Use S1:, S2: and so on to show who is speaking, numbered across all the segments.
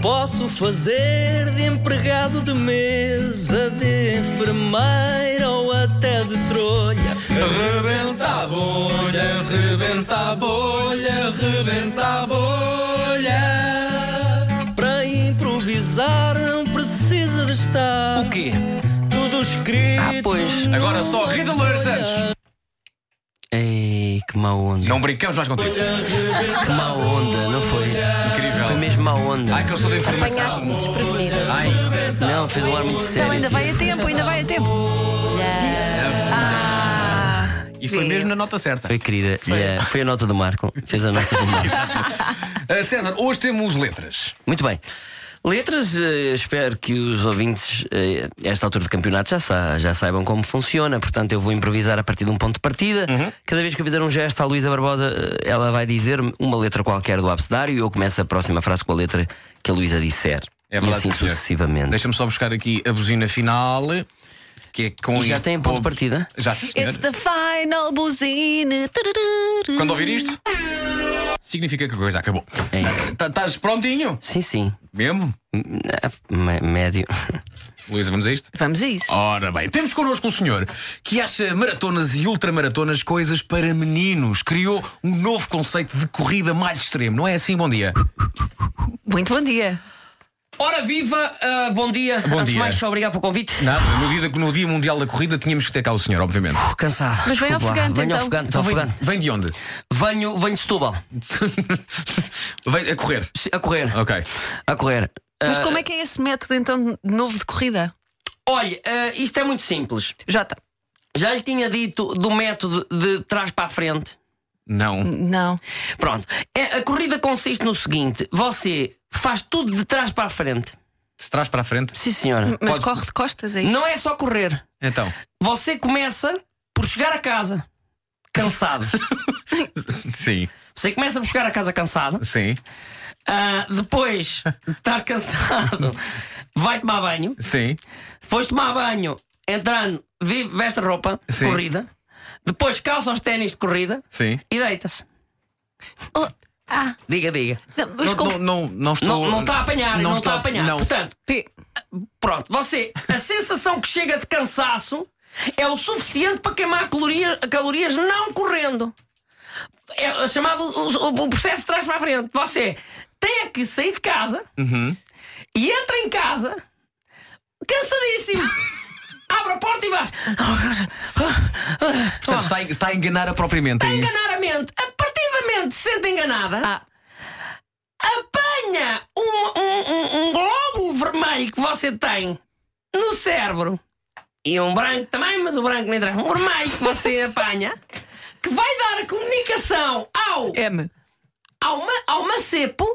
S1: Posso fazer de empregado de mesa, de enfermeira ou até de trolha.
S2: Rebenta a bolha, rebenta a bolha, rebenta a bolha.
S1: Para improvisar não precisa de estar
S3: O quê?
S1: tudo escrito.
S3: Ah, pois.
S2: Agora só Rita Loureiro Santos.
S3: Ei, que má onda.
S2: Não brincamos mais contigo.
S3: Que má onda, não foi? Foi
S2: Incrível.
S3: mesmo má onda.
S2: Ai, que eu sou da
S4: Apanhaste-me
S2: informação.
S4: desprevenida.
S2: Ai,
S3: Não, fez um ar muito
S4: Então
S3: sério.
S4: ainda vai a tempo, ainda vai a tempo. Ah,
S2: e foi
S4: viu.
S2: mesmo na nota certa.
S3: Foi querida. Foi. foi a nota do Marco. Fez a nota do Marco.
S2: Ah, César, hoje temos letras.
S3: Muito bem. Letras, eh, espero que os ouvintes, eh, a esta altura do campeonato, já, sa- já saibam como funciona. Portanto, eu vou improvisar a partir de um ponto de partida. Cada vez que eu fizer um gesto à Luísa Barbosa, eh, ela vai dizer uma letra qualquer do abecedário e eu começo a próxima frase com a letra que a Luísa disser.
S2: É
S3: e
S2: verdade,
S3: assim
S2: sim, senhor.
S3: sucessivamente.
S2: Deixa-me só buscar aqui a buzina final. Que é com
S3: E já
S2: isto-
S3: tem ponto de partida?
S2: Já, sim, senhor.
S4: It's the final buzine.
S2: Quando ouvir isto, significa que a coisa acabou.
S3: É isso.
S2: Tá- Estás prontinho?
S3: Sim, sim.
S2: Mesmo?
S3: Hum, ah, mé- Médio.
S2: Luísa, vamos a isto?
S4: Vamos a isso.
S2: Ora bem, temos connosco um senhor que acha maratonas e ultramaratonas coisas para meninos. Criou um novo conceito de corrida mais extremo, não é assim? Bom dia.
S4: Muito bom dia.
S3: Ora viva, ah, bom dia.
S2: Bom
S3: Antes de
S2: dia.
S3: mais, obrigado pelo convite.
S2: Nada, no dia, da- no dia mundial da corrida tínhamos que ter cá o senhor, obviamente.
S3: Pô, Oh, cansado.
S4: Mas vem
S3: Desculpa lá.
S4: ofegante,
S3: Venho
S4: então.
S3: ofegante,
S2: Então
S3: estou
S2: vem,
S3: ofegante.
S2: vem de onde?
S3: Venho, venho de Setúbal.
S2: vem a correr.
S3: A correr.
S2: Ok.
S3: A correr.
S4: Mas como é que é esse método então de novo de corrida? tá,
S3: Olha, ah, isto é muito simples.
S4: Jota.
S3: Já lhe tinha dito do método de trás para a frente.
S2: Não.
S4: Não.
S3: Pronto. É, a corrida consiste no seguinte: você faz tudo de trás para a frente.
S2: Se traz para a frente.
S3: Sim, senhora.
S4: Mas
S2: Pode-
S4: corre de costas aí.
S3: Não é só correr.
S2: Então.
S3: Você começa por chegar a casa cansado.
S2: Sim.
S3: Você começa por chegar a casa cansado.
S2: Sim.
S3: Ah, depois de estar cansado, vai tomar banho.
S2: Sim.
S3: Depois tomar banho, entrando, vi- veste a roupa, de
S2: Sim.
S3: corrida. Depois calça os ténis de corrida
S2: Sim.
S3: e deita-se.
S4: Oh, ah,
S3: Diga, diga.
S4: não, mas
S2: Não,
S4: como-
S2: não, não, não estou.
S3: Não, não está a apanhar, não, está a
S2: estou-
S3: apanhar.
S2: Não.
S3: Portanto,
S4: P-
S3: pronto, você, a sensação que chega de cansaço é o suficiente para queimar caloria- calorias não correndo. É chamado o, o- o processo de trás para a frente. Você tem que sair de casa
S2: Uhum.
S3: e entra em casa cansadíssimo. Abre a porta e vais.
S2: Portanto, está, a- está a enganar a própria mente, é isso?
S3: enganar Ah. a mente. A partir da mente se sente enganada,
S4: Ah,
S3: apanha um, um- um- um globo vermelho que você tem no cérebro e um branco também, mas o branco nem traz um vermelho que você apanha que vai dar a comunicação ao,
S4: M.
S3: ao, ma, ao macepo.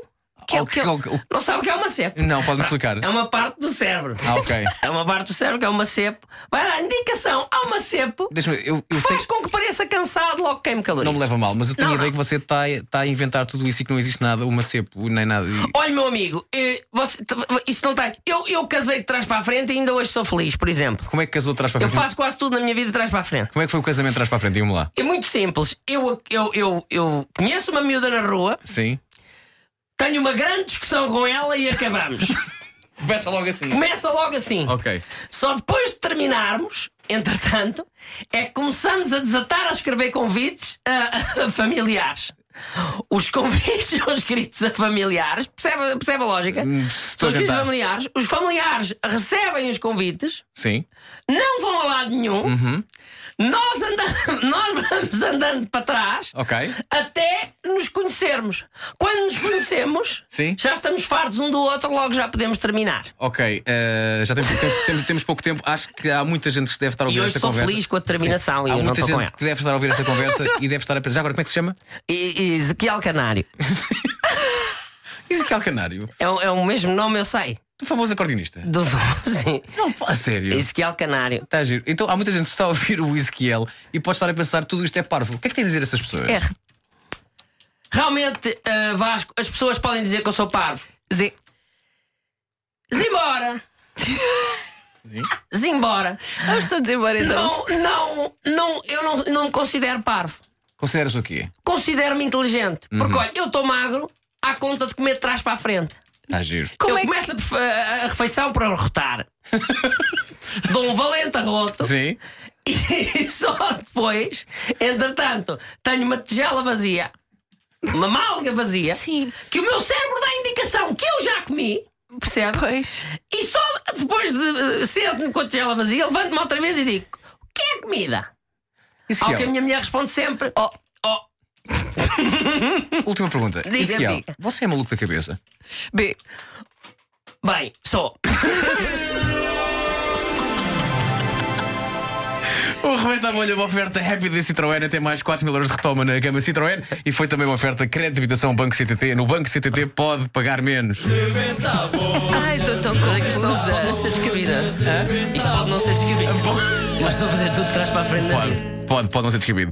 S4: Que é o
S2: Ok,
S4: que eu-
S2: ok,
S3: Não sabe o que é o macepo?
S2: Não, pode-me explicar.
S3: É uma parte do cérebro.
S2: Ah, ok.
S3: É uma parte do cérebro que é o macepo. Vai dar indicação ao macepo
S2: Deixa-me, eu, eu
S3: que faz
S2: tenho-
S3: com que pareça cansado logo queime calorias.
S2: Não me leva a mal, mas eu tenho
S3: Não,
S2: a
S3: não.
S2: ideia que você está está a inventar tudo isso e que não existe nada, uma cepo, nem nada. E-
S3: Olha, meu amigo, eh, você- t- isso não tem. Eu, eu casei de trás para a frente e ainda hoje sou feliz, por exemplo.
S2: Como é que casou de trás para
S3: Eu
S2: frente?
S3: faço quase tudo na minha vida de trás para a frente.
S2: Como é que foi o casamento de trás para a frente? Diga-me lá.
S3: É muito simples. Eu, eu, eu, eu conheço uma miúda na rua,
S2: Sim.
S3: tenho uma grande discussão com ela e acabamos.
S2: Começa logo assim.
S3: Começa logo assim.
S2: Ok.
S3: Só depois de terminarmos, entretanto, é que começamos a desatar a escrever convites a, a familiares. Os convites são escritos a familiares, percebe, percebe a lógica?
S2: Hum,
S3: São
S2: estou a
S3: escritos a
S2: tentar.
S3: familiares, os familiares recebem os convites,
S2: Sim.
S3: não vão a lado nenhum,
S2: Uhum.
S3: nós, andamos, nós vamos andando para trás
S2: Ok.
S3: até nos conhecermos. Quando nos conhecemos,
S2: Sim.
S3: já estamos fartos um do outro, logo já podemos terminar.
S2: Ok. eh, já temos, tem- tem- temos pouco tempo. Acho que há muita gente que deve estar a ouvir
S3: hoje
S2: esta
S3: sou
S2: conversa.
S3: feliz com a determinação
S2: Sim.
S3: e
S2: Há
S3: eu não
S2: muita
S3: estou com
S2: gente
S3: ela.
S2: que deve estar a ouvir esta conversa e deve estar a pensar. Já agora, como é que se chama?
S3: E e Ezequiel Canário.
S2: Ezequiel Canário.
S3: É, o- é o mesmo nome, eu sei.
S2: Do famoso acordeonista.
S3: Do Sim.
S2: Não, a sério.
S3: Ezequiel Canário.
S2: Está giro. Então há muita gente que está a ouvir o Ezequiel e pode estar a pensar tudo isto é parvo. O que é que tem a dizer essas pessoas?
S4: R.
S3: Realmente, ah, Vasco, as pessoas podem dizer que eu sou parvo.
S4: Z.
S3: Zimbora!
S2: Sim.
S3: Zimbora!
S4: Vamos todos embora então.
S3: Não, não, não, eu não, não me considero parvo.
S2: Consideras o quê?
S3: Considero-me inteligente. Porque olha, eu estou magro à conta de comer de trás para a frente.
S2: Está Tá giro.
S4: Como
S3: eu
S4: é que-
S3: começo a perfe- a, a refeição para rotar. Dou um valente arroto
S2: Sim.
S3: e só depois, entretanto, tenho uma tigela vazia, uma malga vazia,
S4: Sim.
S3: que o meu cérebro dá indicação que eu já comi, percebe?
S4: Pois.
S3: E só depois de eh, sento-me com a tigela vazia, levanto-me outra vez e digo: O que é comida?
S2: Isso
S3: Ao que a minha mulher responde sempre: Oh, oh,
S2: Última pergunta.
S3: Diga,
S2: Ezequiel,
S3: diga.
S2: você é maluco da cabeça?
S4: B.
S3: bem, sou.
S2: O Rebento à Bolha, uma oferta Happy da Citroën, até mais 4 mil euros de retoma na gama Citroën e foi também uma oferta crédito de habitação Banco CTT. No Banco CTT pode pagar menos.
S4: Ai, estou tão
S3: Não, pode não
S4: confusa.
S3: ser descabida. Isto pode não ser descabido. Mas estou a fazer tudo de trás para a frente.
S2: Pode, pode, pode não ser descabido.